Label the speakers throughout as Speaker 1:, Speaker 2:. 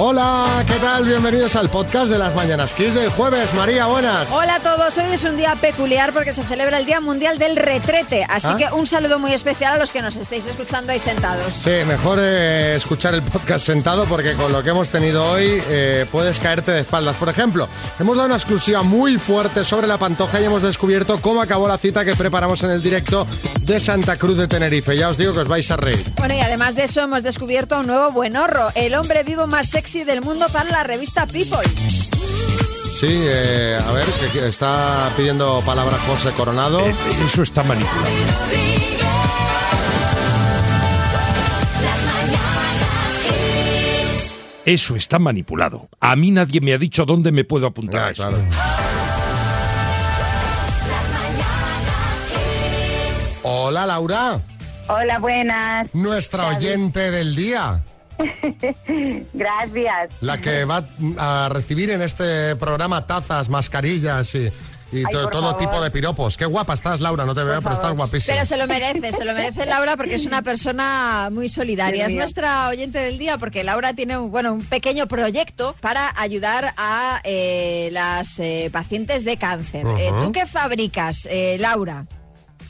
Speaker 1: Hola, ¿qué tal? Bienvenidos al podcast de las Mañanas Kiss del jueves. María, buenas.
Speaker 2: Hola a todos, hoy es un día peculiar porque se celebra el Día Mundial del Retrete, así
Speaker 1: ¿Ah?
Speaker 2: que un saludo muy especial a los que nos estáis escuchando ahí sentados.
Speaker 1: Sí, mejor eh, escuchar el podcast sentado porque con lo que hemos tenido hoy eh, puedes caerte de espaldas. Por ejemplo, hemos dado una exclusiva muy fuerte sobre la pantoja y hemos descubierto cómo acabó la cita que preparamos en el directo de Santa Cruz de Tenerife. Ya os digo que os vais a reír.
Speaker 2: Bueno, y además de eso hemos descubierto un nuevo buenorro, el hombre vivo más sexy del mundo para la revista People.
Speaker 1: Sí, eh, a ver, que está pidiendo palabra José Coronado.
Speaker 3: Eh, Eso está manipulado. Eso está manipulado. A mí nadie me ha dicho dónde me puedo apuntar. a
Speaker 1: Ah,
Speaker 3: eso.
Speaker 1: claro. Hola Laura,
Speaker 4: Hola, buenas.
Speaker 1: nuestra oyente del día,
Speaker 4: Gracias.
Speaker 1: la que va a recibir en este programa tazas, mascarillas y, y
Speaker 4: Ay,
Speaker 1: to-
Speaker 4: por
Speaker 1: todo
Speaker 4: favor.
Speaker 1: tipo de piropos. Qué guapa estás Laura, no te veo, pero estás guapísima.
Speaker 2: Pero se lo merece, se lo merece Laura porque es una persona muy solidaria. Es nuestra oyente del día porque Laura tiene un, bueno, un pequeño proyecto para ayudar a eh, las eh, pacientes de cáncer. Eh,
Speaker 1: Ujú.
Speaker 2: ¿Tú qué fabricas, eh, Laura?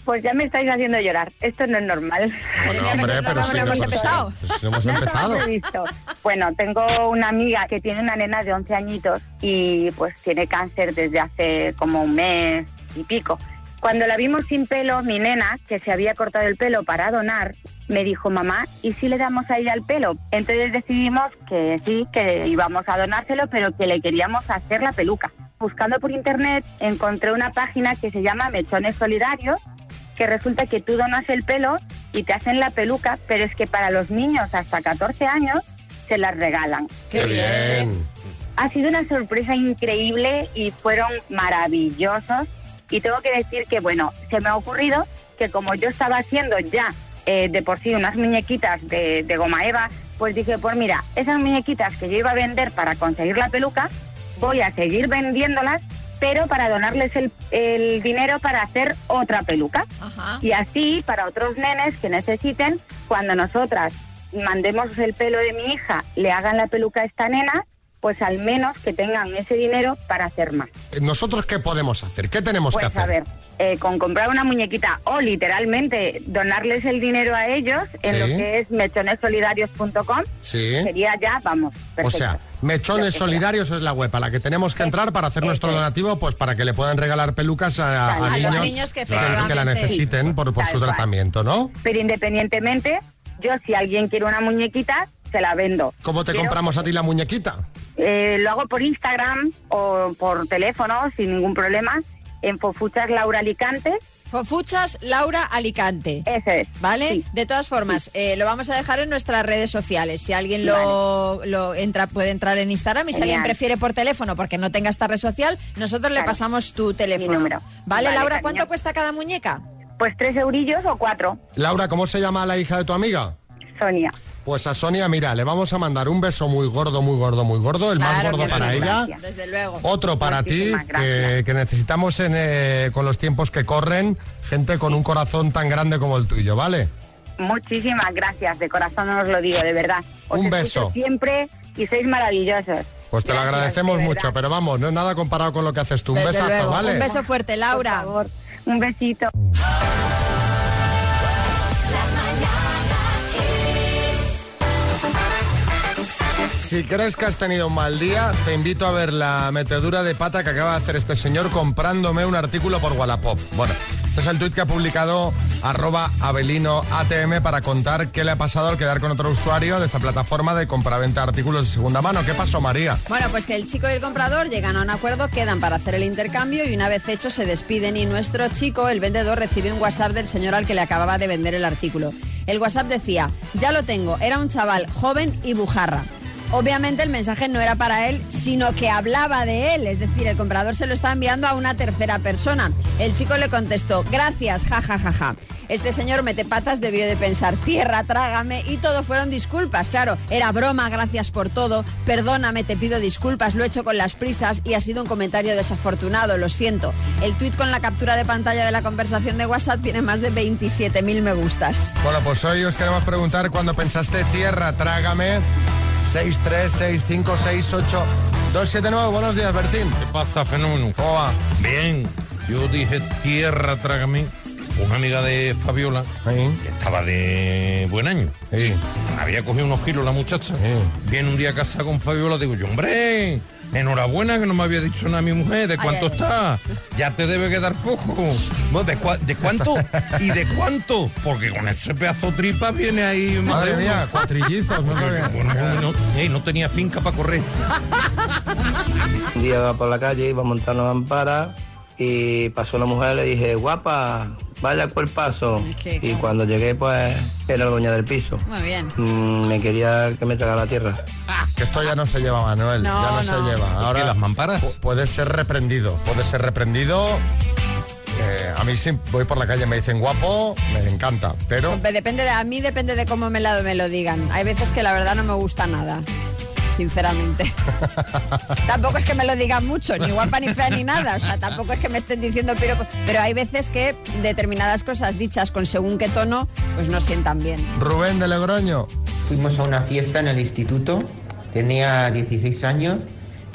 Speaker 4: Pues ya me estáis haciendo llorar. Esto no es normal.
Speaker 1: Bueno,
Speaker 2: Madre mía,
Speaker 1: hombre,
Speaker 2: pues
Speaker 1: pero
Speaker 2: no
Speaker 1: sí,
Speaker 2: hemos
Speaker 1: sí,
Speaker 2: empezado.
Speaker 1: sí, sí, hemos
Speaker 4: No
Speaker 1: empezado.
Speaker 4: estaba previsto. Bueno, tengo una amiga que tiene una nena de 11 añitos y pues tiene cáncer desde hace como un mes y pico. Cuando la vimos sin pelo, mi nena, que se había cortado el pelo para donar, me dijo, mamá, ¿y si le damos a ella el pelo? Entonces decidimos que sí, que íbamos a donárselo, pero que le queríamos hacer la peluca. Buscando por internet encontré una página que se llama Mechones Solidarios que resulta que tú donas el pelo y te hacen la peluca, pero es que para los niños hasta 14 años se las regalan.
Speaker 1: Qué bien.
Speaker 4: Ha sido una sorpresa increíble y fueron maravillosos. Y tengo que decir que, bueno, se me ha ocurrido que como yo estaba haciendo ya eh, de por sí unas muñequitas de, de goma eva, pues dije, pues mira, esas muñequitas que yo iba a vender para conseguir la peluca, voy a seguir vendiéndolas, pero para donarles el- el dinero para hacer otra peluca.
Speaker 2: Ajá.
Speaker 4: Y así, para otros nenes que necesiten, cuando nosotras mandemos el pelo de mi hija, le hagan la peluca a esta nena, pues al menos que tengan ese dinero para hacer más.
Speaker 1: ¿Nosotros qué podemos hacer? ¿Qué tenemos que
Speaker 4: Pues
Speaker 1: hacer?
Speaker 4: a ver, eh, con comprar una muñequita o literalmente donarles el dinero a ellos en
Speaker 1: Sí.
Speaker 4: lo que es mechonesolidarios.com,
Speaker 1: Sí.
Speaker 4: sería ya, vamos, perfecto.
Speaker 1: O sea, Mechones
Speaker 4: Lo que sea.
Speaker 1: Solidarios es la web a la que tenemos que entrar para hacer
Speaker 4: Eso
Speaker 1: nuestro
Speaker 4: es.
Speaker 1: donativo, pues para que le puedan regalar pelucas a,
Speaker 4: Claro,
Speaker 1: a
Speaker 4: a los
Speaker 1: niños,
Speaker 2: niños que
Speaker 1: claro,
Speaker 2: efectivamente-
Speaker 1: que la necesiten por, por
Speaker 4: Tal
Speaker 1: su
Speaker 4: cual.
Speaker 1: tratamiento, ¿no?
Speaker 4: Pero independientemente, yo si alguien quiere una muñequita, se la vendo.
Speaker 1: ¿Cómo te
Speaker 4: Pero-
Speaker 1: compramos a ti la muñequita?
Speaker 4: Eh, lo hago por Instagram o por teléfono sin ningún problema. En Fofuchas Laura Alicante,
Speaker 2: Fofuchas Laura Alicante.
Speaker 4: ese es.
Speaker 2: ¿Vale?
Speaker 4: Sí.
Speaker 2: De todas formas, eh, lo vamos a dejar en nuestras redes sociales. Si alguien lo, lo entra, puede entrar en Instagram y si
Speaker 4: Genial.
Speaker 2: alguien prefiere por teléfono porque no tenga esta red social, nosotros le
Speaker 4: Claro.
Speaker 2: pasamos tu teléfono.
Speaker 4: número.
Speaker 2: ¿Vale,
Speaker 4: Vale,
Speaker 2: Laura?
Speaker 4: cariño.
Speaker 2: ¿Cuánto cuesta cada muñeca?
Speaker 4: Pues tres eurillos o cuatro,
Speaker 1: Laura, ¿cómo se llama la hija de tu amiga?
Speaker 4: Sonia.
Speaker 1: Pues a Sonia, mira, le vamos a mandar un beso muy gordo, muy gordo, muy gordo, el más
Speaker 2: Claro
Speaker 1: gordo
Speaker 2: que
Speaker 1: para
Speaker 2: sí.
Speaker 1: ella.
Speaker 4: Gracias.
Speaker 2: Desde luego.
Speaker 1: Otro para ti,
Speaker 4: Muchísimas
Speaker 1: que,
Speaker 4: gracias.
Speaker 1: que necesitamos en, eh, con los tiempos que corren, gente con un corazón tan grande como el tuyo, ¿vale?
Speaker 4: Muchísimas gracias, de corazón os lo digo, de verdad. Os
Speaker 1: Un
Speaker 4: escucho
Speaker 1: beso.
Speaker 4: Siempre y sois maravillosos.
Speaker 1: Pues te lo
Speaker 4: Gracias,
Speaker 1: agradecemos
Speaker 4: de
Speaker 1: mucho,
Speaker 4: verdad.
Speaker 1: pero vamos, no es nada comparado con lo que haces tú. Un
Speaker 2: Desde
Speaker 1: besazo,
Speaker 2: luego.
Speaker 1: ¿vale?
Speaker 2: Un beso fuerte,
Speaker 4: Por
Speaker 2: Laura.
Speaker 4: favor, un besito.
Speaker 1: Si crees que has tenido un mal día, te invito a ver la metedura de pata que acaba de hacer este señor comprándome un artículo por Wallapop. Bueno, este es el tuit que ha publicado arroba abelino atm para contar qué le ha pasado al quedar con otro usuario de esta plataforma de compraventa de artículos de segunda mano. ¿Qué pasó, María?
Speaker 2: Bueno, pues que el chico y el comprador llegan a un acuerdo, quedan para hacer el intercambio y una vez hecho se despiden y nuestro chico, el vendedor, recibe un WhatsApp del señor al que le acababa de vender el artículo. El WhatsApp decía, ya lo tengo, era un chaval joven y bujarra. Obviamente el mensaje no era para él, sino que hablaba de él, es decir, el comprador se lo está enviando a una tercera persona. El chico le contestó, gracias, ja, ja, ja, ja. Este señor mete patas debió de pensar, tierra, trágame, y todo fueron disculpas, claro. Era broma, gracias por todo, perdóname, te pido disculpas, lo he hecho con las prisas y ha sido un comentario desafortunado, lo siento. El tuit con la captura de pantalla de la conversación de WhatsApp tiene más de 27.000 me gustas.
Speaker 1: Bueno, pues hoy os queremos preguntar cuándo pensaste tierra, trágame. 636568279. Buenos días, Bertín.
Speaker 5: ¿Qué pasa, fenómeno?
Speaker 1: ¿Cómo va?
Speaker 5: Bien, yo dije tierra, trágame. Una amiga de Fabiola,
Speaker 1: Ahí.
Speaker 5: que estaba de buen año.
Speaker 1: Sí.
Speaker 5: Había cogido unos kilos la muchacha.
Speaker 1: Sí.
Speaker 5: Viene un día a casa con Fabiola, digo yo, hombre, enhorabuena que no me había dicho nada mi mujer, ¿de
Speaker 2: Ay,
Speaker 5: cuánto
Speaker 2: ay, ay.
Speaker 5: está? Ya te debe quedar poco. Vos, ¿De, cua- de cuánto? ¿Y de cuánto? Porque con ese pedazo de tripa viene ahí... más de
Speaker 1: Madre
Speaker 5: uno.
Speaker 1: mía, cuatrillizos, no
Speaker 5: Bueno,
Speaker 1: sabía.
Speaker 5: no, eh, no tenía finca para correr.
Speaker 6: Un día iba por la calle, iba montando una mampara y pasó una mujer, le dije, guapa, vaya cuerpazo.
Speaker 2: Es que,
Speaker 6: Y
Speaker 2: claro.
Speaker 6: cuando llegué, pues era la dueña del piso.
Speaker 2: Muy bien.
Speaker 6: Mm, me quería que me tragara la tierra.
Speaker 1: Que esto ya no se lleva, Manuel.
Speaker 2: No,
Speaker 1: ya no,
Speaker 2: no.
Speaker 1: se lleva. Ahora
Speaker 5: ¿Y las mamparas?
Speaker 1: pu- Puede ser reprendido. Puede ser reprendido. Eh, a mí si voy por la calle y me dicen guapo, me encanta. Pero
Speaker 2: Depende de, a mí depende de cómo me, la- me lo digan. Hay veces que la verdad no me gusta nada, sinceramente. tampoco es que me lo digan mucho, ni guapa ni fea ni nada. O sea, tampoco es que me estén diciendo el piropo. Pero hay veces que determinadas cosas dichas con según qué tono, pues no sientan bien.
Speaker 1: Rubén de Logroño,
Speaker 7: Fuimos a una fiesta en el instituto, tenía 16 años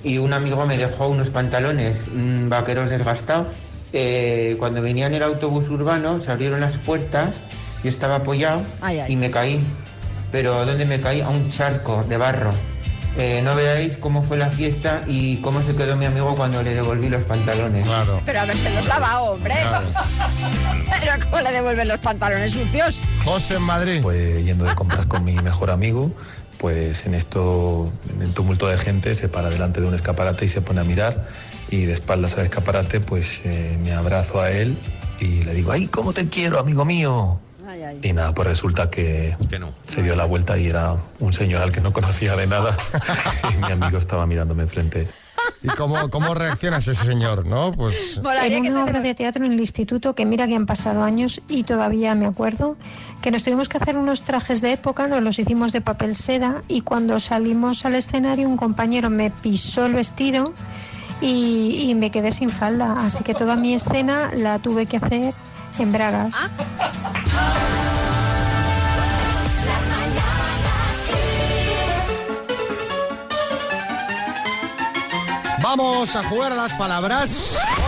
Speaker 7: y un amigo me dejó unos pantalones mm, vaqueros desgastados. Eh, cuando venía en el autobús urbano se abrieron las puertas, yo estaba apoyado
Speaker 2: Ay, ay.
Speaker 7: y me caí. Pero ¿dónde me caí? A un charco de barro. Eh, no veáis cómo fue la fiesta y cómo se quedó mi amigo cuando le devolví los pantalones.
Speaker 1: claro.
Speaker 2: Pero a ver, se los lava, hombre. Pero ¿cómo le devuelven los pantalones sucios?
Speaker 1: José en Madrid.
Speaker 8: Pues yendo de compras con mi mejor amigo, pues en esto, en el tumulto de gente, se para delante de un escaparate y se pone a mirar. Y de espaldas al escaparate, pues eh, me abrazo a él y le digo, ¡ay, cómo te quiero, amigo mío!
Speaker 2: Ay, ay.
Speaker 8: Y nada, pues resulta que,
Speaker 5: Que no.
Speaker 8: se dio la vuelta y era un señor al que no conocía de nada. y mi amigo estaba mirándome enfrente.
Speaker 1: ¿Y cómo, cómo reacciona ese señor? ¿No? Pues
Speaker 2: Molaría
Speaker 9: En
Speaker 2: que te-
Speaker 9: una obra de teatro en el instituto, que mira que han pasado años y todavía me acuerdo, que nos tuvimos que hacer unos trajes de época, nos los hicimos de papel seda y cuando salimos al escenario un compañero me pisó el vestido y, y me quedé sin falda. Así que toda mi escena la tuve que hacer en bragas.
Speaker 1: vamos a jugar a las palabras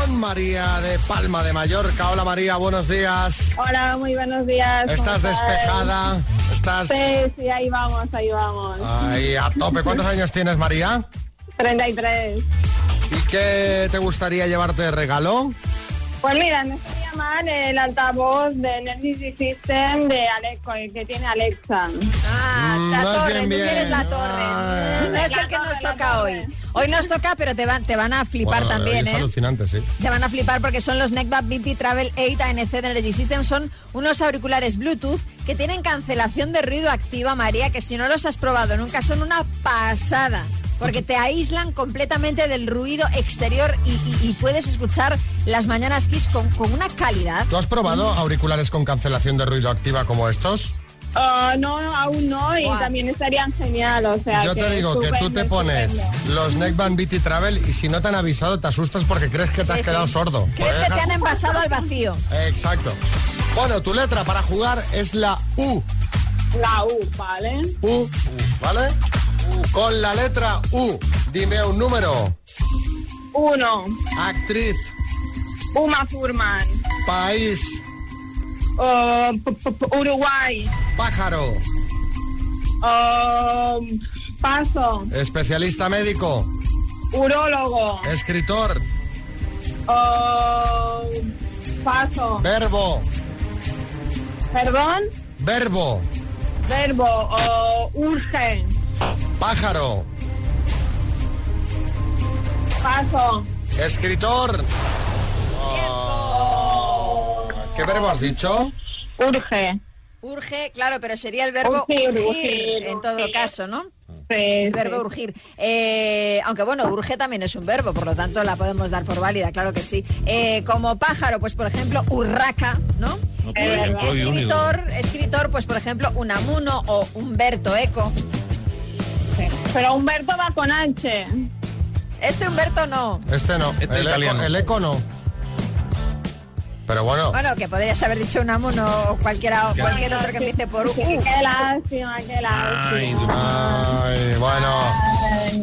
Speaker 1: con María de Palma de Mallorca. Hola María, buenos días.
Speaker 10: Hola, muy buenos días. ¿cómo
Speaker 1: ¿Estás
Speaker 10: estáis?
Speaker 1: despejada? ¿Estás
Speaker 10: Sí, sí, ahí vamos, ahí vamos.
Speaker 1: ahí a tope? ¿Cuántos años tienes María?
Speaker 10: 33.
Speaker 1: ¿Y qué te gustaría llevarte de regalo?
Speaker 10: Pues mira, me gustaría llamar el altavoz de Energy System de Alexa, que tiene Alexa.
Speaker 2: Ah, la
Speaker 1: Mm, no es
Speaker 2: torre,
Speaker 1: bien
Speaker 2: tú
Speaker 1: bien.
Speaker 2: quieres la torre.
Speaker 1: Ah.
Speaker 2: No es el que nos
Speaker 10: La
Speaker 2: toca
Speaker 10: torre.
Speaker 2: hoy. Hoy nos toca, pero te van, te van a flipar
Speaker 1: Bueno,
Speaker 2: también,
Speaker 1: es
Speaker 2: ¿eh?
Speaker 1: alucinante, sí.
Speaker 2: Te van a flipar porque son los Nectar BT Travel 8 ANC de Energy System. Son unos auriculares Bluetooth que tienen cancelación de ruido activa, María, que si no los has probado nunca son una pasada. Porque te aíslan completamente del ruido exterior y, y- y puedes escuchar las mañanas Kiss con, con una calidad. Mm.
Speaker 1: ¿Tú has probado auriculares con cancelación de ruido activa como estos?
Speaker 10: Ah, no, aún no, y
Speaker 2: Guau.
Speaker 10: también estarían genial, o
Speaker 2: Ah,
Speaker 10: sea.
Speaker 1: Yo te digo que tú
Speaker 10: estupendo,
Speaker 1: te pones
Speaker 10: estupendo.
Speaker 1: los Neckband BT Travel y si no te han avisado te asustas porque crees que te has
Speaker 2: Sí,
Speaker 1: quedado
Speaker 2: sí.
Speaker 1: sordo. Pues
Speaker 2: ¿Crees que te han envasado al vacío?
Speaker 1: Exacto. Bueno, tu letra para jugar es la U.
Speaker 10: La U, ¿vale?
Speaker 1: U, ¿vale? Con la letra U, dime un número.
Speaker 10: Uno,
Speaker 1: Actriz,
Speaker 10: Uma Furman,
Speaker 1: país,
Speaker 10: Ah, p- p- p- Uruguay,
Speaker 1: pájaro,
Speaker 10: Ah, Paso,
Speaker 1: especialista médico,
Speaker 10: Urólogo,
Speaker 1: escritor,
Speaker 11: Oh,
Speaker 10: Ah, Paso,
Speaker 1: verbo,
Speaker 10: perdón,
Speaker 1: verbo,
Speaker 10: verbo, ah, urge,
Speaker 1: pájaro,
Speaker 10: paso,
Speaker 1: escritor. Oh, ¿Qué verbo has dicho?
Speaker 10: urge.
Speaker 2: Urge, claro, pero sería el verbo
Speaker 10: Urgir,
Speaker 2: urgir,
Speaker 10: urgir,
Speaker 2: en todo
Speaker 10: urgir.
Speaker 2: caso, ¿no?
Speaker 10: Sí,
Speaker 2: El verbo
Speaker 10: sí.
Speaker 2: urgir. Eh, aunque bueno, urge también es un verbo, por lo tanto la podemos dar por válida, claro que sí. Eh, como pájaro, pues por ejemplo, urraca, ¿no?
Speaker 5: No, por
Speaker 2: Eh,
Speaker 5: ejemplo, hay un
Speaker 2: escritor, escritor, pues por ejemplo, Unamuno o Humberto Eco.
Speaker 10: Pero Humberto va con H.
Speaker 2: Este Humberto no.
Speaker 1: Este no,
Speaker 5: Este
Speaker 1: el, eco,
Speaker 5: italiano.
Speaker 1: el eco no. Pero bueno,
Speaker 2: Bueno, que podrías haber dicho Unamuno o cualquiera, o
Speaker 1: Claro.
Speaker 2: cualquier otro que empiece por U.
Speaker 11: Qué lástima, qué
Speaker 1: Ay, bueno.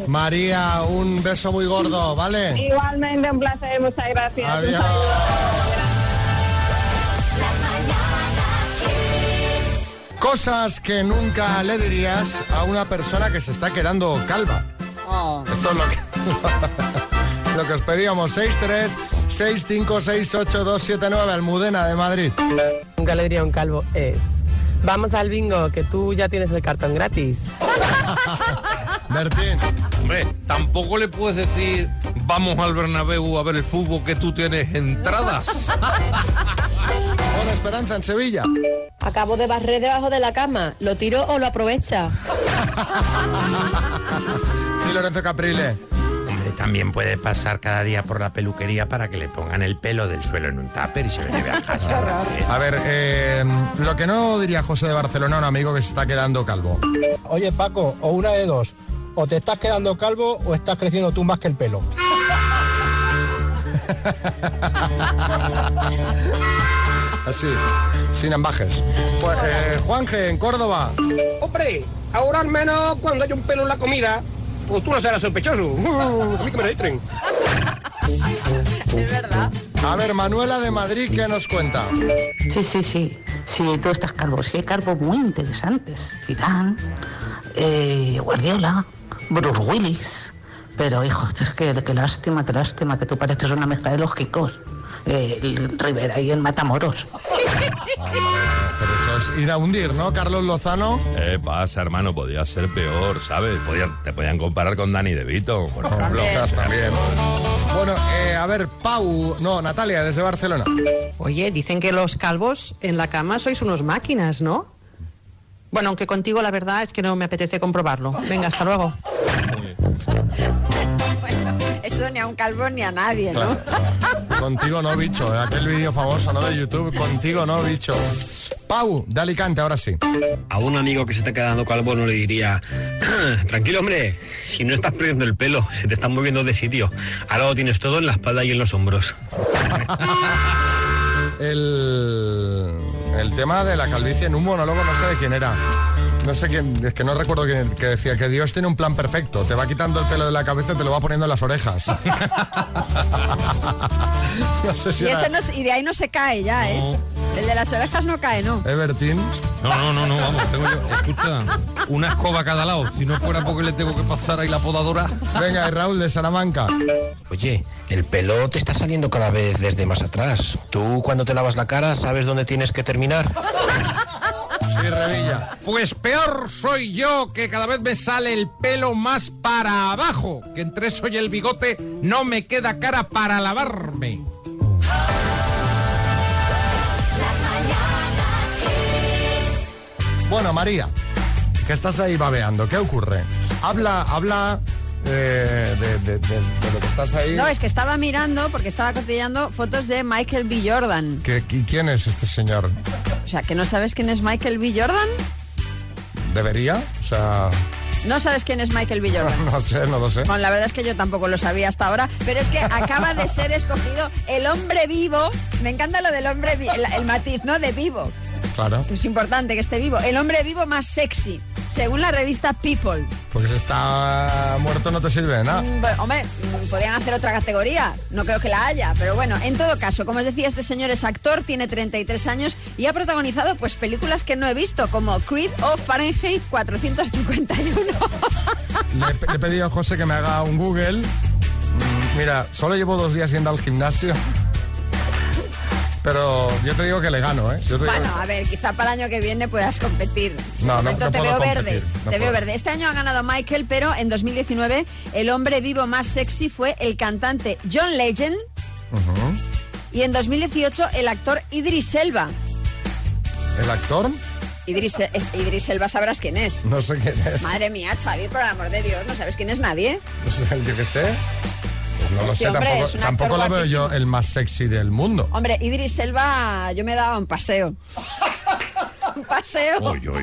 Speaker 1: María, un beso muy gordo, ¿vale?
Speaker 11: Igualmente un placer, muchas gracias.
Speaker 1: Adiós. Cosas que nunca le dirías a una persona que se está quedando calva.
Speaker 2: Oh.
Speaker 1: Esto es lo que, lo que os pedíamos. 636568279 Almudena de Madrid.
Speaker 12: Nunca le diría a un calvo es. Vamos al bingo, que tú ya tienes el cartón gratis.
Speaker 1: Martín.
Speaker 5: Hombre, tampoco le puedes decir vamos al Bernabéu a ver el fútbol que tú tienes entradas.
Speaker 1: Hola, Esperanza, en Sevilla.
Speaker 13: Acabo de barrer debajo de la cama. ¿Lo tiro o lo aprovecha?
Speaker 1: Sí, Lorenzo Caprile.
Speaker 8: Hombre, también puede pasar cada día por la peluquería para que le pongan el pelo del suelo en un tupper y se lo lleve a casa.
Speaker 1: A ver, eh, lo que no diría José de Barcelona a un amigo que se está quedando calvo.
Speaker 14: Oye Paco, o una de dos, o te estás quedando calvo o estás creciendo tú más que el pelo.
Speaker 1: Así, sin ambajes. Pues, eh, Juanje, en Córdoba.
Speaker 15: Hombre, ahora al menos cuando hay un pelo en la comida, pues tú no serás sospechoso. Uh, a mí que me lo entren.
Speaker 2: Es verdad.
Speaker 1: A ver, Manuela de Madrid, ¿qué nos cuenta?
Speaker 16: Sí, sí, sí. Sí, tú estás calvo. Sí, hay calvos muy interesantes. Zidane, eh, Guardiola, Bruce Willis. Pero, hijo, es que qué lástima, qué lástima que tú pareces una mezcla de los Kikos. Eh, el Rivera y el Matamoros.
Speaker 1: Pero eso es ir a hundir, ¿no, Carlos Lozano?
Speaker 17: ¿Qué pasa, hermano? Podía ser peor, ¿sabes? Podían- te podían comparar con Dani De Vito, por ejemplo.
Speaker 1: También. Bueno, eh, a ver, Pau, no, Natalia, desde Barcelona.
Speaker 13: Oye, dicen que los calvos en la cama sois unos máquinas, ¿no? Bueno, aunque contigo la verdad es que no me apetece comprobarlo. Venga, hasta luego.
Speaker 2: Eso ni a un calvo ni a nadie, ¿no?
Speaker 1: Contigo no, bicho. eh, Aquel vídeo famoso, ¿no? De YouTube. Contigo no, bicho. Pau, de Alicante, ahora sí.
Speaker 18: A un amigo que se está quedando calvo no le diría, "Ah, tranquilo hombre, si no estás perdiendo el pelo, se te están moviendo de sitio. Ahora lo tienes todo en la espalda y en los hombros.
Speaker 1: El, el tema de la calvicie en un monólogo, no sé de quién era. No sé quién, es que no recuerdo quién que decía que Dios tiene un plan perfecto. Te va quitando el pelo de la cabeza y te lo va poniendo en las orejas. no sé si
Speaker 2: Y,
Speaker 1: era-
Speaker 2: eso no es- y de ahí no se cae ya, ¿eh? El de las orejas no cae, ¿no?
Speaker 1: Evertín.
Speaker 5: No, no, no, no, vamos, tengo yo- escucha, una escoba a cada lado. Si no fuera porque le tengo que pasar ahí la podadora.
Speaker 1: Venga, y Raúl de Salamanca.
Speaker 19: Oye, el pelo te está saliendo cada vez desde más atrás. Tú cuando te lavas la cara sabes dónde tienes que terminar.
Speaker 1: Sí, Revilla.
Speaker 5: Pues peor soy yo, que cada vez me sale el pelo más para abajo. Que entre eso y el bigote no me queda cara para lavarme.
Speaker 1: Bueno, María, que estás ahí babeando, ¿qué ocurre? Habla, habla eh, de, de- de- de lo que estás ahí.
Speaker 2: No, es que estaba mirando porque estaba cotillando fotos de Michael B. Jordan.
Speaker 1: ¿Qué- qui- ¿Quién es este señor?
Speaker 2: O sea, ¿que no sabes quién es Michael B. Jordan?
Speaker 1: ¿Debería? O sea,
Speaker 2: No sabes quién es Michael B. Jordan.
Speaker 1: no sé, no lo sé.
Speaker 2: Bueno, la verdad es que yo tampoco lo sabía hasta ahora, pero es que acaba de ser escogido el hombre vivo. Me encanta lo del hombre, vi- el, el matiz, ¿no? De vivo.
Speaker 1: Claro,
Speaker 2: Es importante que esté vivo. El hombre vivo más sexy, según la revista People.
Speaker 1: porque si está muerto no te sirve de nada.
Speaker 2: Mm, bueno, Hombre, mm, podrían hacer otra categoría. No creo que la haya, pero bueno, en todo caso, como os decía, este señor es actor, tiene 33 años y ha protagonizado pues películas que no he visto, como Creed o Fahrenheit 451.
Speaker 1: Le, he pe- le he pedido a José que me haga un Google. Mm, Mira, solo llevo dos días yendo al gimnasio. Pero yo te digo que le gano, ¿eh? Yo te digo
Speaker 2: Bueno,
Speaker 1: que-
Speaker 2: a ver, quizá para el año que viene puedas competir.
Speaker 1: No, no-
Speaker 2: De momento
Speaker 1: no
Speaker 2: te
Speaker 1: puedo
Speaker 2: veo
Speaker 1: competir,
Speaker 2: verde.
Speaker 1: no
Speaker 2: te veo
Speaker 1: puedo.
Speaker 2: verde. Este año ha ganado Michael, pero en 2019 el hombre vivo más sexy fue el cantante John Legend
Speaker 1: Ujú.
Speaker 2: y en 2018 el actor Idris Elba.
Speaker 1: ¿El actor?
Speaker 2: Idris, es- Idris Elba sabrás quién es.
Speaker 1: No sé quién es.
Speaker 2: Madre mía, Xavi, por el amor de Dios, no sabes quién es nadie.
Speaker 1: No sé, yo qué sé. Pues no lo
Speaker 2: Sí,
Speaker 1: sé,
Speaker 2: hombre,
Speaker 1: tampoco,
Speaker 2: es un actor
Speaker 1: tampoco lo veo yo
Speaker 2: guapísimo.
Speaker 1: el más sexy del mundo.
Speaker 2: Hombre, Idris Elba, yo me daba un paseo. un paseo.
Speaker 1: Pero,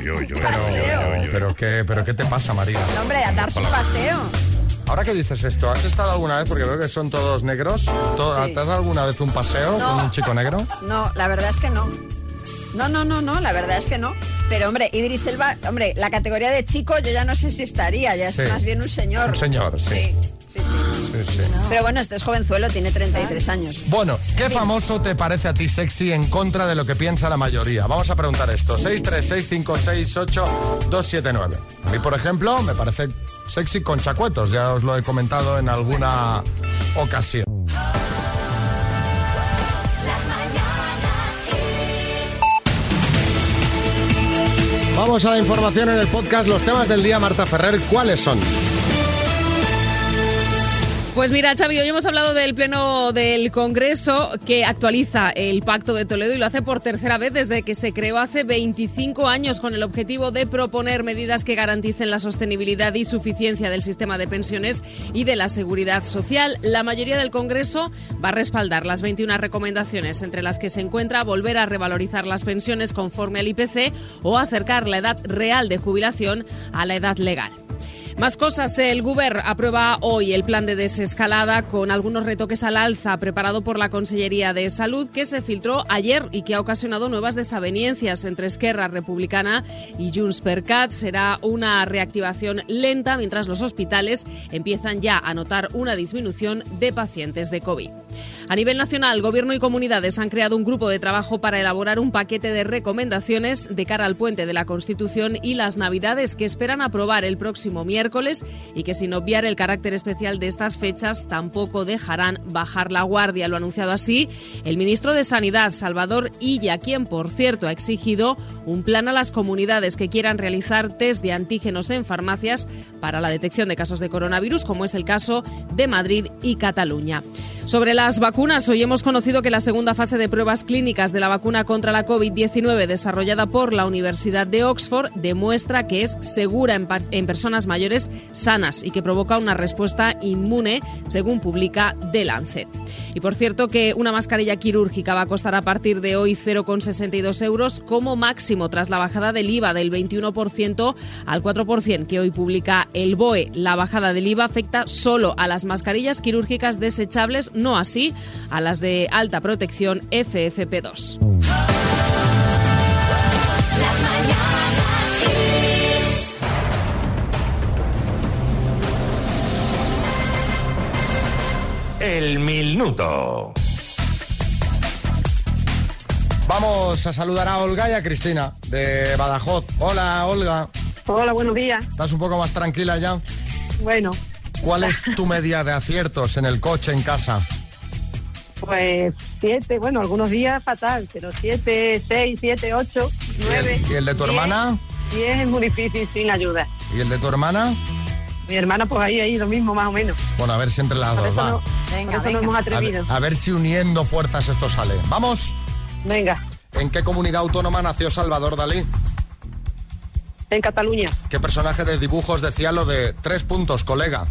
Speaker 1: pero, ¿qué, pero ¿qué te pasa, María?
Speaker 2: No, hombre, a darse un paseo.
Speaker 1: Ahora que dices esto, ¿has estado alguna vez, porque veo que son todos negros, todo-
Speaker 2: Sí.
Speaker 1: ¿te has dado alguna vez un paseo
Speaker 2: No.
Speaker 1: con un chico negro?
Speaker 2: No, la verdad es que no. No, no, no, no, la verdad es que no. Pero hombre, Idris Elba, hombre, la categoría de chico yo ya no sé si estaría, ya es
Speaker 1: Sí.
Speaker 2: más bien un señor.
Speaker 1: Un señor, sí.
Speaker 2: Sí, sí.
Speaker 1: Sí, sí.
Speaker 2: Pero bueno, este es jovenzuelo, tiene 33 años.
Speaker 1: Bueno, ¿qué famoso te parece a ti sexy en contra de lo que piensa la mayoría? Vamos a preguntar esto. 636568279. A mí, por ejemplo, me parece sexy con chacuetos. Ya os lo he comentado en alguna ocasión. Vamos a la información en el podcast. Los temas del día, Marta Ferrer, ¿cuáles son?
Speaker 20: Pues mira, Xavi, hoy hemos hablado del Pleno del Congreso que actualiza el Pacto de Toledo y lo hace por tercera vez desde que se creó hace 25 años con el objetivo de proponer medidas que garanticen la sostenibilidad y suficiencia del sistema de pensiones y de la seguridad social. La mayoría del Congreso va a respaldar las 21 recomendaciones, entre las que se encuentra volver a revalorizar las pensiones conforme al IPC o acercar la edad real de jubilación a la edad legal. Más cosas, el Guber aprueba hoy el plan de desescalada con algunos retoques al alza preparado por la Consellería de Salud que se filtró ayer y que ha ocasionado nuevas desavenencias entre Esquerra Republicana y Junts per Cat. Será una reactivación lenta mientras los hospitales empiezan ya a notar una disminución de pacientes de COVID. A nivel nacional, Gobierno y comunidades han creado un grupo de trabajo para elaborar un paquete de recomendaciones de cara al puente de la Constitución y las Navidades que esperan aprobar el próximo miércoles y que sin obviar el carácter especial de estas fechas tampoco dejarán bajar la guardia. Lo ha anunciado así el ministro de Sanidad, Salvador Illa, quien por cierto ha exigido un plan a las comunidades que quieran realizar test de antígenos en farmacias para la detección de casos de coronavirus, como es el caso de Madrid y Cataluña. Sobre las vacunas, hoy hemos conocido que la segunda fase de pruebas clínicas de la vacuna contra la COVID-19 desarrollada por la Universidad de Oxford demuestra que es segura en, par- en personas mayores sanas y que provoca una respuesta inmune, según publica The Lancet. Y por cierto que una mascarilla quirúrgica va a costar a partir de hoy 0,62 euros como máximo tras la bajada del IVA del 21% al 4% que hoy publica el BOE. La bajada del IVA afecta solo a las mascarillas quirúrgicas desechables, no así a las de alta protección FFP2.
Speaker 8: El minuto.
Speaker 1: Vamos a saludar a Olga y a Cristina de Badajoz. Hola, Olga.
Speaker 10: Hola, buenos días.
Speaker 1: ¿Estás un poco más tranquila ya?
Speaker 10: Bueno,
Speaker 1: ¿Cuál es tu media de aciertos en el coche, en casa?
Speaker 10: pues siete, bueno, algunos días fatal, pero siete, seis, siete, ocho, nueve.
Speaker 1: ¿Y el de tu hermana?
Speaker 10: Diez es muy difícil sin ayuda.
Speaker 1: ¿Y el de tu hermana?
Speaker 10: Mi hermana, pues ahí, ahí, lo mismo, más o menos.
Speaker 1: Bueno, a ver si entre las dos va.
Speaker 10: Venga, Por eso nos hemos
Speaker 1: A
Speaker 10: atrevido.
Speaker 1: ver, a ver si uniendo fuerzas esto sale. ¡Vamos!
Speaker 10: Venga.
Speaker 1: ¿En qué comunidad autónoma nació Salvador Dalí?
Speaker 10: En Cataluña.
Speaker 1: ¿Qué personaje de dibujos decía lo de tres puntos, colega?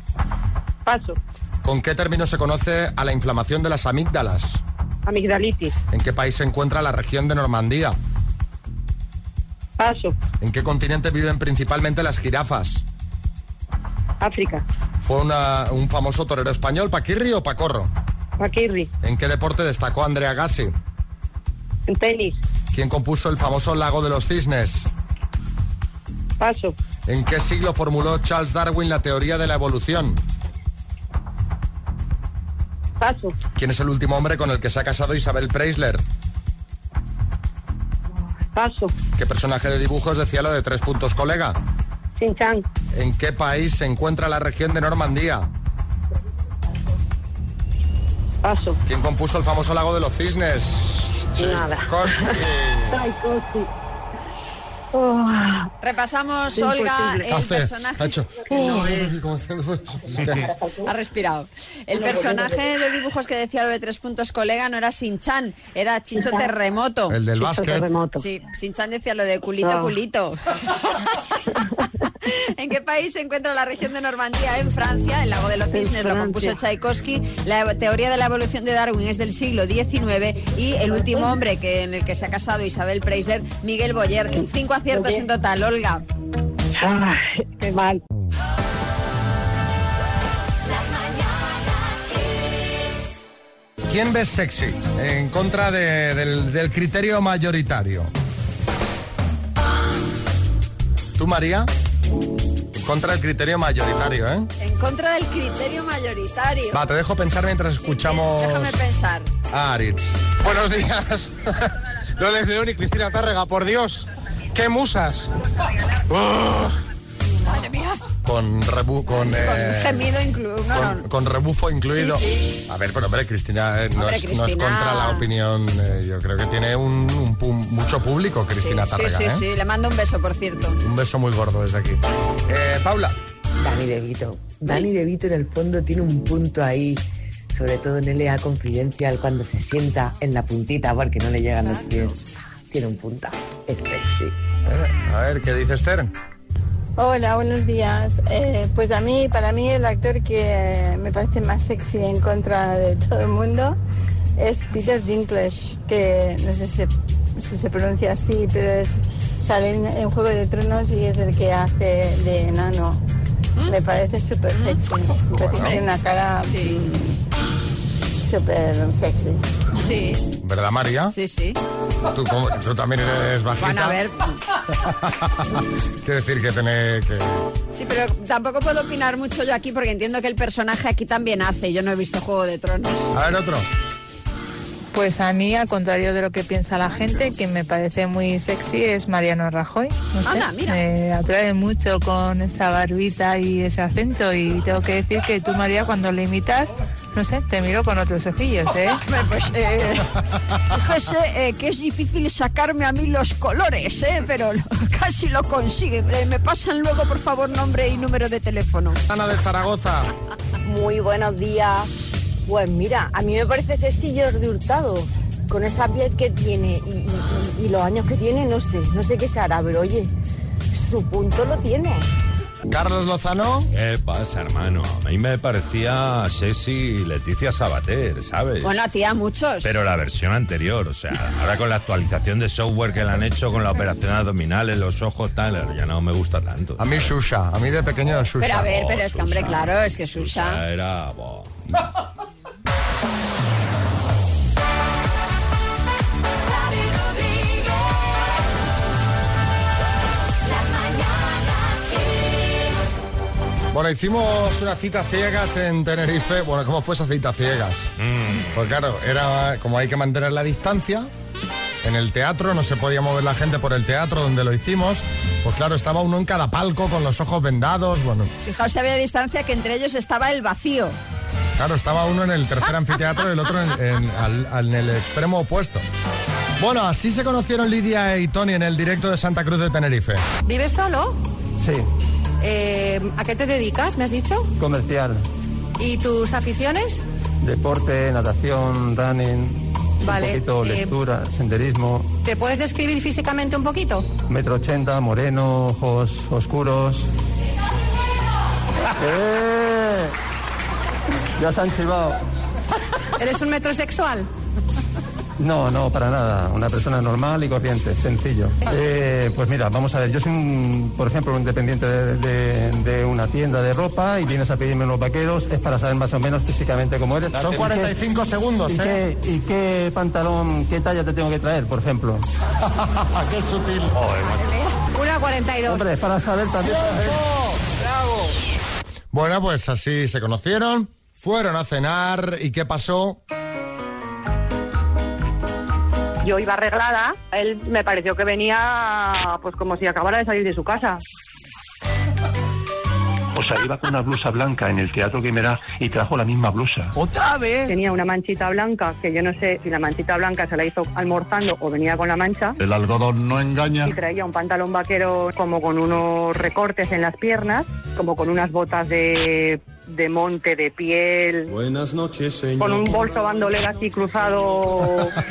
Speaker 10: Paso.
Speaker 1: ¿Con qué término se conoce a la inflamación de las amígdalas?
Speaker 10: Amigdalitis.
Speaker 1: ¿En qué país se encuentra la región de Normandía?
Speaker 10: Paso.
Speaker 1: ¿En qué continente viven principalmente las jirafas?
Speaker 10: África.
Speaker 1: ¿Fue una- un famoso torero español, Paquirri o Pacorro?
Speaker 10: Paquirri.
Speaker 1: ¿En qué deporte destacó Andrea Gassi?
Speaker 10: En tenis.
Speaker 1: ¿Quién compuso el famoso Lago de los Cisnes?
Speaker 10: Paso.
Speaker 1: ¿En qué siglo formuló Charles Darwin la teoría de la evolución?
Speaker 10: Paso.
Speaker 1: ¿Quién es el último hombre con el que se ha casado Isabel Preisler?
Speaker 10: Paso.
Speaker 1: ¿Qué personaje de dibujos decía lo de tres puntos, colega?
Speaker 10: Chinchán.
Speaker 1: ¿En qué país se encuentra la región de Normandía?
Speaker 10: Paso.
Speaker 1: ¿Quién compuso el famoso lago de los cisnes?
Speaker 10: Nada.
Speaker 1: Tchaikovsky.
Speaker 10: Ay, cosi.
Speaker 2: Repasamos,
Speaker 10: Imposible.
Speaker 2: Olga, el
Speaker 1: Hace-
Speaker 2: personaje.
Speaker 1: ha hecho-
Speaker 2: No,
Speaker 1: Uy, ¿cómo se-
Speaker 2: Ha respirado. El
Speaker 1: No,
Speaker 2: personaje de dibujos que decía lo de tres puntos colega no era Sinchan, era Chincho
Speaker 1: Shin-chan.
Speaker 2: Terremoto.
Speaker 1: El del Chincho básquet. Terremoto.
Speaker 2: Sí, Sinchan decía lo de culito,
Speaker 1: No.
Speaker 2: culito. ¿En qué país se encuentra la región de Normandía? En Francia, el lago de los
Speaker 21: En
Speaker 2: cisnes lo
Speaker 21: Francia.
Speaker 2: compuso Tchaikovsky. La teoría de la evolución de Darwin es del siglo XIX y el último hombre que, en el que se ha casado Isabel Preisler, Miguel Boyer. Cinco aciertos en total, Olga.
Speaker 10: Ay, qué mal.
Speaker 1: quién ves sexy? En contra de- del, del criterio mayoritario. ¿Tú, María? En contra del criterio mayoritario, ¿eh?
Speaker 2: En contra del criterio mayoritario.
Speaker 1: Va, te dejo pensar mientras escuchamos
Speaker 2: Déjame pensar.
Speaker 1: a Aritz.
Speaker 3: Buenos días. Loles León y Cristina Tárrega, por Dios. ¡Qué musas! Uf.
Speaker 2: Madre mía.
Speaker 1: Con, rebu con,
Speaker 2: Con
Speaker 1: eh,
Speaker 2: un gemido incluido. No, no, no.
Speaker 1: con rebufo incluido.
Speaker 2: Sí,
Speaker 1: A ver, pero hombre, Cristina, eh, no,
Speaker 2: Hombre,
Speaker 1: es, no es
Speaker 2: Cristina.
Speaker 1: contra la opinión. eh, yo creo que tiene un, un pu- mucho público, Cristina
Speaker 2: Sí,
Speaker 1: Tárrega.
Speaker 2: sí,
Speaker 1: ¿eh?
Speaker 2: sí. Le mando un beso, por cierto.
Speaker 1: Un beso muy gordo desde aquí. Eh, Paula.
Speaker 21: Dani DeVito. Dani DeVito en el fondo tiene un punto ahí, sobre todo en LA Confidencial, cuando se sienta en la puntita porque no le llegan los pies. Tiene un punta. Es sexy.
Speaker 1: Eh, a ver, ¿qué dice Esther?
Speaker 22: Hola, buenos días. Eh, pues a mí, para mí el actor que eh, me parece más sexy en contra de todo el mundo es Peter Dinklage, que no sé si, si se pronuncia así, pero es sale en, en Juego de Tronos y es el que hace de enano. Me parece súper sexy. Pero tiene una cara mm, súper sexy.
Speaker 2: Sí.
Speaker 1: ¿Verdad, María?
Speaker 2: Sí, sí.
Speaker 1: Tú, como- tú también eres bajita.
Speaker 2: Bueno, a ver.
Speaker 1: Quiere decir que tiene que...
Speaker 2: Sí, pero tampoco puedo opinar mucho yo aquí porque entiendo que el personaje aquí también hace. Yo no he visto Juego de Tronos.
Speaker 1: A ver, otro.
Speaker 6: Pues a mí, al contrario de lo que piensa la gente, quien me parece muy sexy es Mariano Rajoy. No sé,
Speaker 2: Anda, mira.
Speaker 6: Me atrae mucho con esa barbita y ese acento. Y tengo que decir que tú, María, cuando le imitas, no sé, te miro con otros ojillos, ¿eh?
Speaker 2: Hombre, pues, eh, fíjese eh, que es difícil sacarme a mí los colores, eh, pero lo- casi lo consigue. Eh, me pasan luego, por favor, nombre y número de teléfono.
Speaker 1: Ana de Zaragoza.
Speaker 23: Muy buenos días. Pues mira, a mí me parece sexy Jordi Hurtado, con esa piel que tiene y, y- y- y los años que tiene, no sé, no sé qué se hará, pero oye, su punto lo tiene.
Speaker 1: Carlos Lozano.
Speaker 17: ¿Qué pasa, hermano? A mí me parecía Ceci Leticia Sabater, ¿sabes?
Speaker 2: Bueno, a ti a muchos.
Speaker 17: Pero la versión anterior, o sea, ahora con la actualización de software que le han hecho con la operación abdominal en los ojos, tal, ya no me gusta tanto.
Speaker 1: A mí Susha, a mí de pequeño Susha.
Speaker 2: Pero a ver,
Speaker 1: oh,
Speaker 2: pero es que, hombre, claro, es que Susa.
Speaker 17: Era, bo.
Speaker 1: Bueno, hicimos una cita ciegas en Tenerife. Bueno, ¿cómo fue esa cita ciegas? Pues claro, era como hay que mantener la distancia. En el teatro no se podía mover la gente por el teatro donde lo hicimos. Pues claro, estaba uno en cada palco con los ojos vendados. Bueno,
Speaker 2: Fijaos, había distancia que entre ellos estaba el vacío.
Speaker 1: Claro, estaba uno en el tercer anfiteatro y el otro en, en- al- al- en el extremo opuesto. Bueno, así se conocieron Lidia y Tony en el directo de Santa Cruz de Tenerife.
Speaker 24: ¿Vives solo?
Speaker 1: Sí,
Speaker 24: Eh, ¿A qué te dedicas, me has dicho?
Speaker 25: Comercial,
Speaker 24: ¿Y tus aficiones?
Speaker 25: deporte, natación, running,
Speaker 24: Vale,
Speaker 25: un poquito
Speaker 24: eh,
Speaker 25: lectura, senderismo,
Speaker 24: ¿Te puedes describir físicamente un poquito?
Speaker 25: metro ochenta, moreno, ojos oscuros. ¡Eh! Ya se han chivado.
Speaker 24: ¿Eres un metrosexual?
Speaker 25: No, no, para nada. Una persona normal y corriente, sencillo. Eh, pues mira, vamos a ver. Yo soy, un, por ejemplo, un dependiente de, de- de una tienda de ropa y vienes a pedirme unos vaqueros. Es para saber más o menos físicamente cómo eres.
Speaker 1: Son
Speaker 25: ¿Y
Speaker 1: 45 segundos,
Speaker 25: ¿Y,
Speaker 1: ¿eh?
Speaker 25: qué, ¿Y qué pantalón, qué talla te tengo que traer, por ejemplo?
Speaker 1: qué sutil.
Speaker 24: Una 42.
Speaker 25: Hombre, es para saber también.
Speaker 1: Bueno, pues así se conocieron, fueron a cenar y ¿qué pasó?
Speaker 10: Yo iba arreglada, él me pareció que venía pues como si acabara de salir de su casa.
Speaker 19: O sea, iba con una blusa blanca en el Teatro Guimerá y trajo la misma blusa.
Speaker 10: ¿Otra vez? Tenía una manchita blanca, que yo no sé si la manchita blanca se la hizo almorzando o venía con la mancha.
Speaker 26: El algodón no engaña.
Speaker 10: Y traía un pantalón vaquero como con unos recortes en las piernas, como con unas botas de, de monte, de piel,
Speaker 19: Buenas noches,
Speaker 10: con un bolso bandolera así cruzado.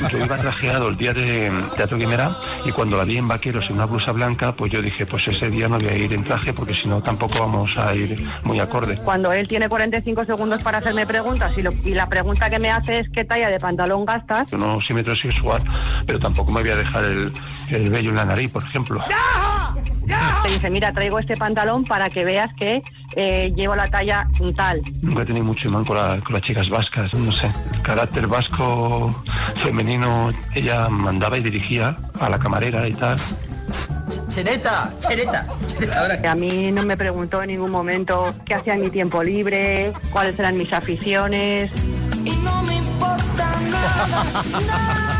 Speaker 19: Yo iba trajeado el día de mm, Teatro Guimerá y cuando la vi en vaqueros en una blusa blanca, pues yo dije, pues ese día no voy a ir en traje porque si no tampoco vamos a ir muy acorde.
Speaker 10: Cuando él tiene 45 segundos para hacerme preguntas y, lo- y la pregunta que me hace es qué talla de pantalón gastas,
Speaker 19: Yo no soy metrosexual, pero tampoco me voy a dejar el, el vello en la nariz, por ejemplo. Ah.
Speaker 10: te dice, mira, traigo este pantalón para que veas que
Speaker 22: eh, llevo la talla tal.
Speaker 19: Nunca he tenido mucho imán con, la- con las chicas vascas, no sé. El carácter vasco femenino, ella mandaba y dirigía a la camarera y tal.
Speaker 22: Chereta, chereta, A mí no me preguntó en ningún momento qué hacía en mi tiempo libre, cuáles eran mis aficiones.
Speaker 4: Y no me importa nada.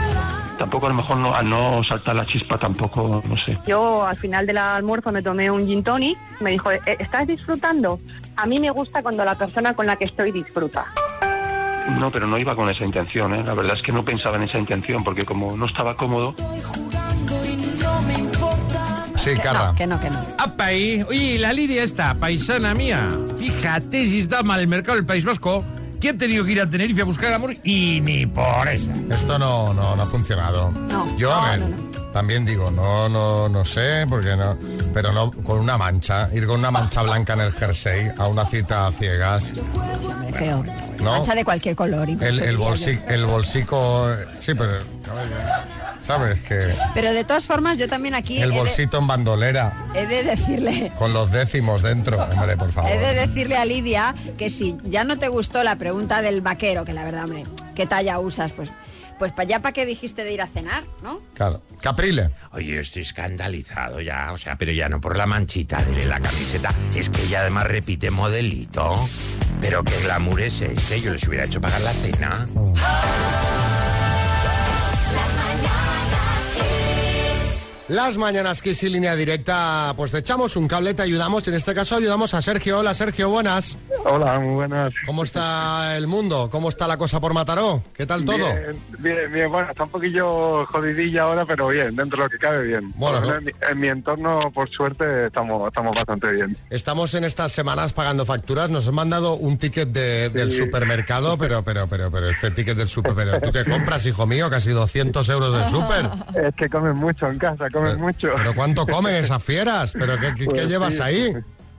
Speaker 19: Tampoco a lo mejor no, al no saltar la chispa tampoco, no sé.
Speaker 22: Yo al final del almuerzo me tomé un gin tonic, me dijo, "Eh, ¿estás disfrutando? A mí me gusta cuando la persona con la que estoy disfruta.
Speaker 19: No, pero no iba con esa intención, ¿eh? La verdad es que no pensaba en esa intención porque como no estaba cómodo...
Speaker 1: Sí, Carla.
Speaker 2: Que no, que no.
Speaker 5: Apa ahí. Oye, y la Lidia esta, paisana mía. Fíjate si está mal el mercado del País Vasco. ¿Quién ha tenido que ir a Tenerife a buscar el amor? Y ni por esa.
Speaker 1: Esto no, no, no ha funcionado. Yo, a ver, también digo, no, no, no sé, porque no. Pero no, con una mancha, ir con una mancha blanca en el jersey a una cita a ciegas.
Speaker 2: Feo.
Speaker 1: No.
Speaker 2: Mancha de cualquier color. incluso
Speaker 1: El, el,
Speaker 2: diría yo.
Speaker 1: bolsi- el bolsico. eh, Sí, pero. ¿Sabes que
Speaker 2: Pero de todas formas, yo también aquí
Speaker 1: El
Speaker 2: he de-
Speaker 1: bolsito en bandolera,
Speaker 2: he de decirle.
Speaker 1: con los décimos dentro. Hombre, por favor.
Speaker 2: He de decirle a Lidia que si ya no te gustó la pregunta del vaquero, que la verdad, hombre, ¿qué talla usas? Pues, pues para allá, ¿para qué dijiste de ir a cenar? ¿No?
Speaker 1: Claro. Caprile.
Speaker 8: Oye, yo estoy escandalizado ya, o sea, pero ya no por la manchita de la camiseta, es que ella además repite modelito. Pero qué glamour es este, yo les hubiera hecho pagar la cena.
Speaker 1: Las mañanas Kiss y línea directa, pues te echamos un cable, te ayudamos. En este caso ayudamos a Sergio. Hola, Sergio, buenas.
Speaker 27: Hola, muy buenas.
Speaker 1: ¿Cómo está el mundo? ¿Cómo está la cosa por Mataró? ¿Qué tal todo?
Speaker 27: Bien, bien, bien. Bueno, está un poquillo jodidilla ahora, pero bien, dentro de lo que cabe bien.
Speaker 1: Bueno,
Speaker 27: Por lo
Speaker 1: ¿no?
Speaker 27: menos en, mi- en mi entorno, por suerte, estamos, estamos bastante bien.
Speaker 1: Estamos en estas semanas pagando facturas. Nos han mandado un ticket de- del supermercado, pero, pero, pero, pero este ticket del super, pero tú qué compras, hijo mío, casi 200 euros del super.
Speaker 27: Es que comen mucho en casa, comen mucho.
Speaker 1: Pues Pero ¿cuánto comen esas fieras? ¿Pero qué, qué- qué
Speaker 27: Pues sí.
Speaker 1: llevas ahí?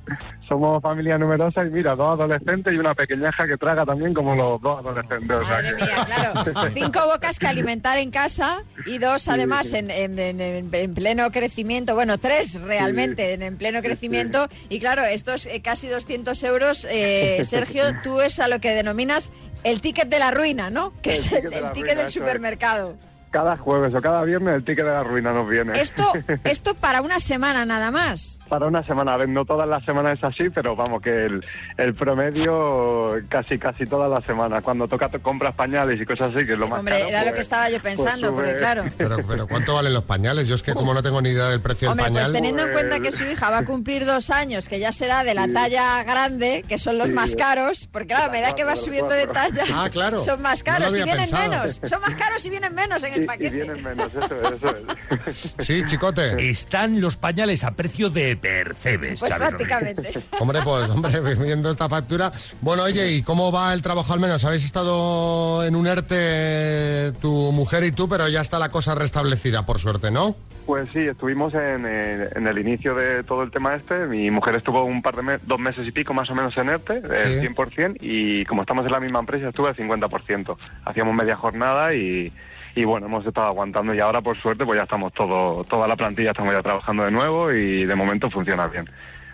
Speaker 27: Somos familia numerosa y mira, dos adolescentes y una pequeñaja que traga también como los dos adolescentes. o sea que-
Speaker 2: Cinco bocas que alimentar en casa y dos además en, en- en- en- en pleno crecimiento, bueno, tres realmente en, en pleno crecimiento. Y claro, estos eh, casi 200 euros, eh, Sergio, tú es a lo que denominas el ticket de la ruina, ¿no? Que
Speaker 27: El
Speaker 2: es
Speaker 27: ticket
Speaker 2: el,
Speaker 27: de
Speaker 2: el
Speaker 27: la
Speaker 2: ticket
Speaker 27: ruina,
Speaker 2: del
Speaker 27: eso es.
Speaker 2: supermercado.
Speaker 27: Cada jueves o cada viernes el ticket de la ruina nos viene.
Speaker 2: Esto, esto para una semana nada más.
Speaker 27: Para una semana, a ver, no todas las semanas es así, pero vamos, que el, el promedio casi casi todas las semanas. Cuando toca to- compras pañales y cosas así, que es lo más
Speaker 2: Hombre,
Speaker 27: caro,
Speaker 2: era lo
Speaker 27: pues-
Speaker 2: que estaba yo pensando,
Speaker 27: sube.
Speaker 2: porque claro.
Speaker 1: Pero, pero ¿cuánto valen los pañales? Yo es que como no tengo ni idea del precio del
Speaker 2: Hombre,
Speaker 1: pañal.
Speaker 2: pues teniendo en cuenta que su hija va a cumplir dos años, que ya será de la talla grande, que son los
Speaker 1: Sí.
Speaker 2: más caros, porque claro, me da que va
Speaker 1: Cuatro,
Speaker 2: subiendo de
Speaker 1: cuatro.
Speaker 2: talla.
Speaker 1: Ah, claro.
Speaker 2: Son más
Speaker 1: No lo
Speaker 2: caros y
Speaker 1: había
Speaker 2: vienen
Speaker 1: pensado.
Speaker 2: menos. Son más caros y vienen menos en el paquete.
Speaker 1: Sí, chicote.
Speaker 8: Están los pañales a precio de percebes,
Speaker 2: Pues
Speaker 8: Xavi Rodríguez.
Speaker 2: prácticamente.
Speaker 1: Hombre, pues, hombre, viendo esta factura. Bueno, oye, ¿y cómo va el trabajo al menos? Habéis estado en un ERTE tu mujer y tú, pero ya está la cosa restablecida, por suerte, ¿no?
Speaker 27: Pues sí, estuvimos en, eh, en el inicio de todo el tema este. Mi mujer estuvo un par de me- dos meses y pico más o menos en ERTE, eh, el 100%, y como estamos en la misma empresa, estuve al 50%. Hacíamos media jornada y, y bueno, hemos estado aguantando y ahora, por suerte, pues ya estamos todo, toda la plantilla estamos ya trabajando de nuevo y de momento funciona bien.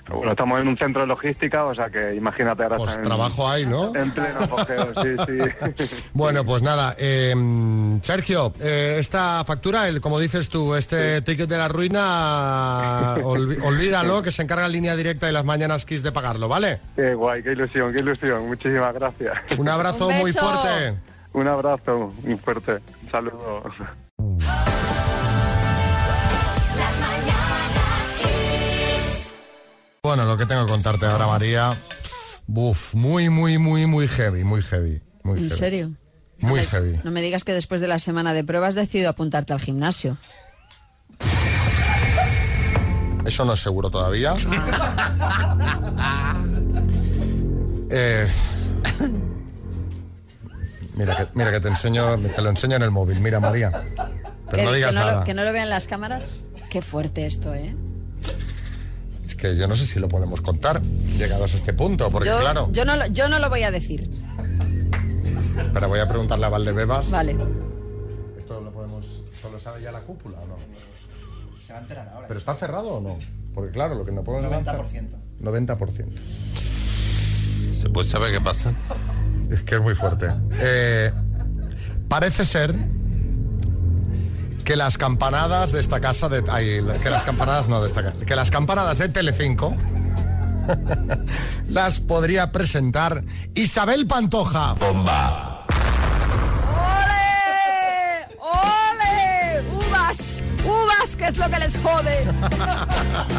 Speaker 27: Pero bueno, estamos en un centro de logística, o sea que imagínate ahora... Pues
Speaker 1: trabajo hay, ¿no?
Speaker 27: En pleno apogeo, sí, sí.
Speaker 1: Bueno, pues nada, eh, Sergio, eh, esta factura, el, como dices tú, este ticket de la ruina, olvi- olvídalo, que se encarga línea directa y las mañanas Kiss de pagarlo, ¿vale?
Speaker 27: Qué guay, qué ilusión, qué ilusión. Muchísimas gracias.
Speaker 1: Un abrazo Un muy beso. fuerte.
Speaker 27: Un abrazo muy fuerte. Saludos.
Speaker 1: Bueno, lo que tengo que contarte ahora, María, buf, muy, muy, muy, muy heavy, muy heavy. Muy
Speaker 2: ¿En
Speaker 1: heavy.
Speaker 2: serio?
Speaker 1: Muy
Speaker 2: Ay,
Speaker 1: heavy.
Speaker 2: No me digas que después de la semana de pruebas has decidido apuntarte al gimnasio.
Speaker 1: Eso no es seguro todavía.
Speaker 2: Ah.
Speaker 1: Ah. Eh, mira, que, mira que te enseño, te lo enseño en el móvil, mira María. Pero no
Speaker 2: que,
Speaker 1: digas
Speaker 2: que no
Speaker 1: nada.
Speaker 2: Lo, que no lo vean las cámaras. Qué fuerte esto, ¿eh?
Speaker 1: Es que yo no sé si lo podemos contar, llegados a este punto, porque
Speaker 2: yo,
Speaker 1: claro,
Speaker 2: yo no, lo- yo no lo voy a decir.
Speaker 1: pero voy a preguntarle a Valdebebas.
Speaker 2: Vale.
Speaker 1: Esto lo podemos, solo sabe ya la cúpula, ¿o no?
Speaker 7: Se va a enterar ahora.
Speaker 1: ¿Pero está cerrado o no? Porque claro, lo que no podemos
Speaker 7: 90%.
Speaker 1: 90%.
Speaker 8: ¿Se puede saber qué pasa?
Speaker 1: Es que es muy fuerte. Eh, parece ser que las campanadas de esta casa de ay, que las campanadas no de esta casa, que las campanadas de Telecinco las podría presentar Isabel Pantoja.
Speaker 8: Bomba.
Speaker 28: ¡Ole! ¡Ole! ¡Uvas! ¡Uvas! que es lo que les jode?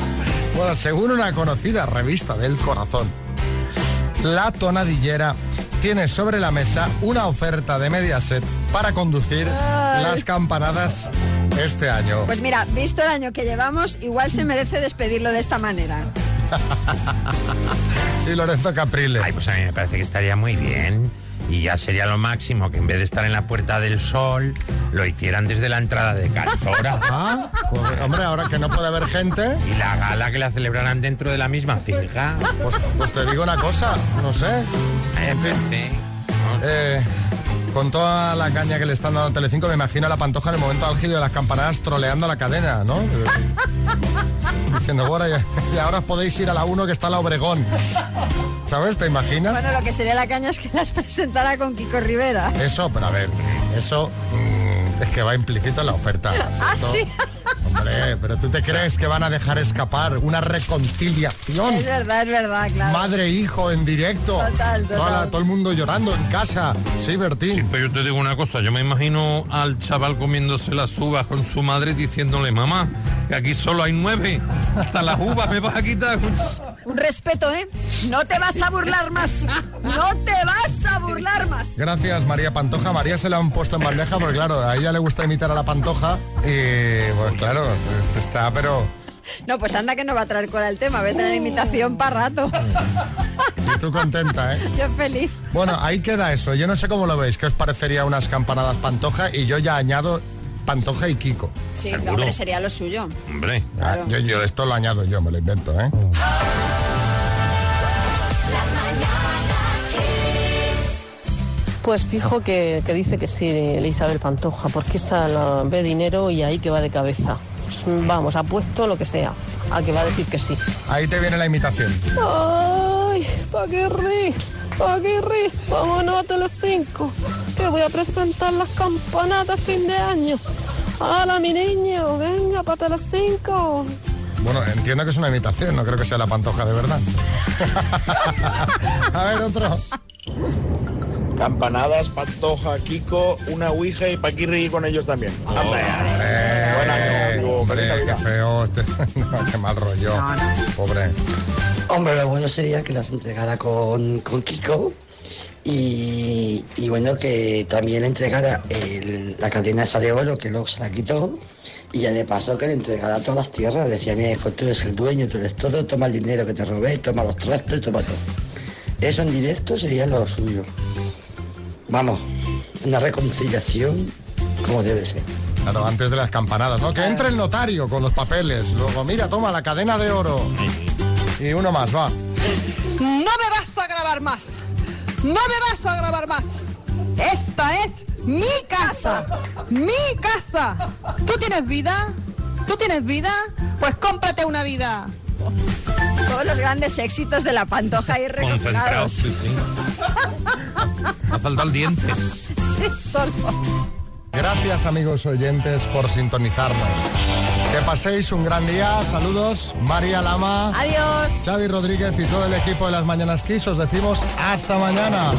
Speaker 1: Bueno, según una conocida revista del corazón, la tonadillera tiene sobre la mesa una oferta de Mediaset para conducir
Speaker 2: Ay.
Speaker 1: las campanadas este año.
Speaker 2: Pues mira, visto el año que llevamos, igual se merece despedirlo de esta manera.
Speaker 1: Sí, Lorenzo Caprile.
Speaker 8: Ay, pues a mí me parece que estaría muy bien. Y ya sería lo máximo que en vez de estar en la Puerta del Sol, lo hicieran desde la entrada de Cantora.
Speaker 1: Ah, pues, hombre, ahora que no puede haber gente.
Speaker 8: Y la gala que la celebrarán dentro de la misma finca.
Speaker 1: Pues, pues te digo una cosa, no sé.
Speaker 8: En fin.
Speaker 1: Eh, con toda la caña que le están dando a Telecinco, me imagino a la Pantoja en el momento álgido de las campanadas troleando la cadena, ¿no? Eh, Diciendo, bueno, ya- y ahora os podéis ir a la 1 que está la Obregón. ¿Sabes? ¿Te imaginas?
Speaker 2: Bueno, lo que sería la caña es que las presentara con Kiko Rivera.
Speaker 1: Eso, pero a ver, eso mm, es que va implícito en la oferta.
Speaker 2: Ah,
Speaker 1: ¿cierto?
Speaker 2: sí.
Speaker 1: Hombre, pero ¿tú te crees que van a dejar escapar una reconciliación?
Speaker 2: Es verdad, es verdad, claro.
Speaker 1: Madre e hijo en directo.
Speaker 2: Total, total.
Speaker 1: Toda la- todo el mundo llorando en casa. Sí, Bertín.
Speaker 5: Pero yo te digo una cosa, yo me imagino al chaval comiéndose las uvas con su madre diciéndole, mamá, que aquí solo hay nueve, hasta las uvas me vas a quitar.
Speaker 2: Un respeto, ¿eh? No te vas a burlar más. No te vas a burlar más.
Speaker 1: Gracias, María Pantoja. María se la han puesto en bandeja porque, claro, a ella le gusta imitar a la Pantoja. Y, pues claro, pues, está, pero...
Speaker 2: No, pues anda que no va a traer cola el tema. Voy a tener imitación para rato.
Speaker 1: Y tú contenta, ¿eh?
Speaker 2: Yo feliz.
Speaker 1: Bueno, ahí queda eso. Yo no sé cómo lo veis. ¿Qué os parecería unas campanadas Pantoja? Y yo ya añado Pantoja y Kiko.
Speaker 2: Sí,
Speaker 1: Seguro.
Speaker 2: hombre, sería lo suyo.
Speaker 1: Hombre, yo, yo esto lo añado yo, me lo invento, ¿eh?
Speaker 6: Pues fijo que, que dice que sí, el Isabel Pantoja, porque esa la- ve dinero y ahí que va de cabeza. Pues, Vamos, apuesto lo que sea, a que va a decir que sí.
Speaker 1: Ahí te viene la imitación.
Speaker 6: ¡Ay! Paquirri, Paquirri, vámonos a Telecinco, que voy a presentar las campanadas fin de año. ¡Hala, mi niño! ¡Venga, para Telecinco!
Speaker 1: Bueno, entiendo que es una imitación, no creo que sea la Pantoja de verdad. A ver, otro.
Speaker 29: Campanadas, Pantoja, Kiko, una Ouija y Paquirri con ellos también. Hombre,
Speaker 1: Eh, hombre, qué feo. este- no, qué mal rollo. Pobre.
Speaker 30: Hombre, lo bueno sería que las entregara con, con Kiko y, y bueno, que también le entregara el- la cadena esa de oro que luego se la quitó y ya de paso que le entregara todas las tierras. Decía, mira hijo, tú eres el dueño, tú eres todo, toma el dinero que te robé, toma los trastos, toma todo. Eso en directo sería lo suyo. Vamos, una reconciliación como debe ser.
Speaker 1: Claro, antes de las campanadas, ¿no? Que entre el notario con los papeles. Luego, mira, toma la cadena de oro. Y uno más, va.
Speaker 10: No me vas a grabar más. No me vas a grabar más. Esta es mi casa. Mi casa. ¿Tú tienes vida? ¿Tú tienes vida? Pues cómprate una vida.
Speaker 2: Todos los grandes éxitos de la Pantoja ahí
Speaker 5: Concentrado,
Speaker 2: recopilados.
Speaker 5: sí, sí. Ha faltado el dientes.
Speaker 2: Sí, solo.
Speaker 1: Gracias, amigos oyentes, por sintonizarnos. Que paséis un gran día. Saludos, María Lama.
Speaker 2: Adiós.
Speaker 1: Xavi Rodríguez y todo el equipo de las Mañanas Kiss. Os decimos hasta mañana.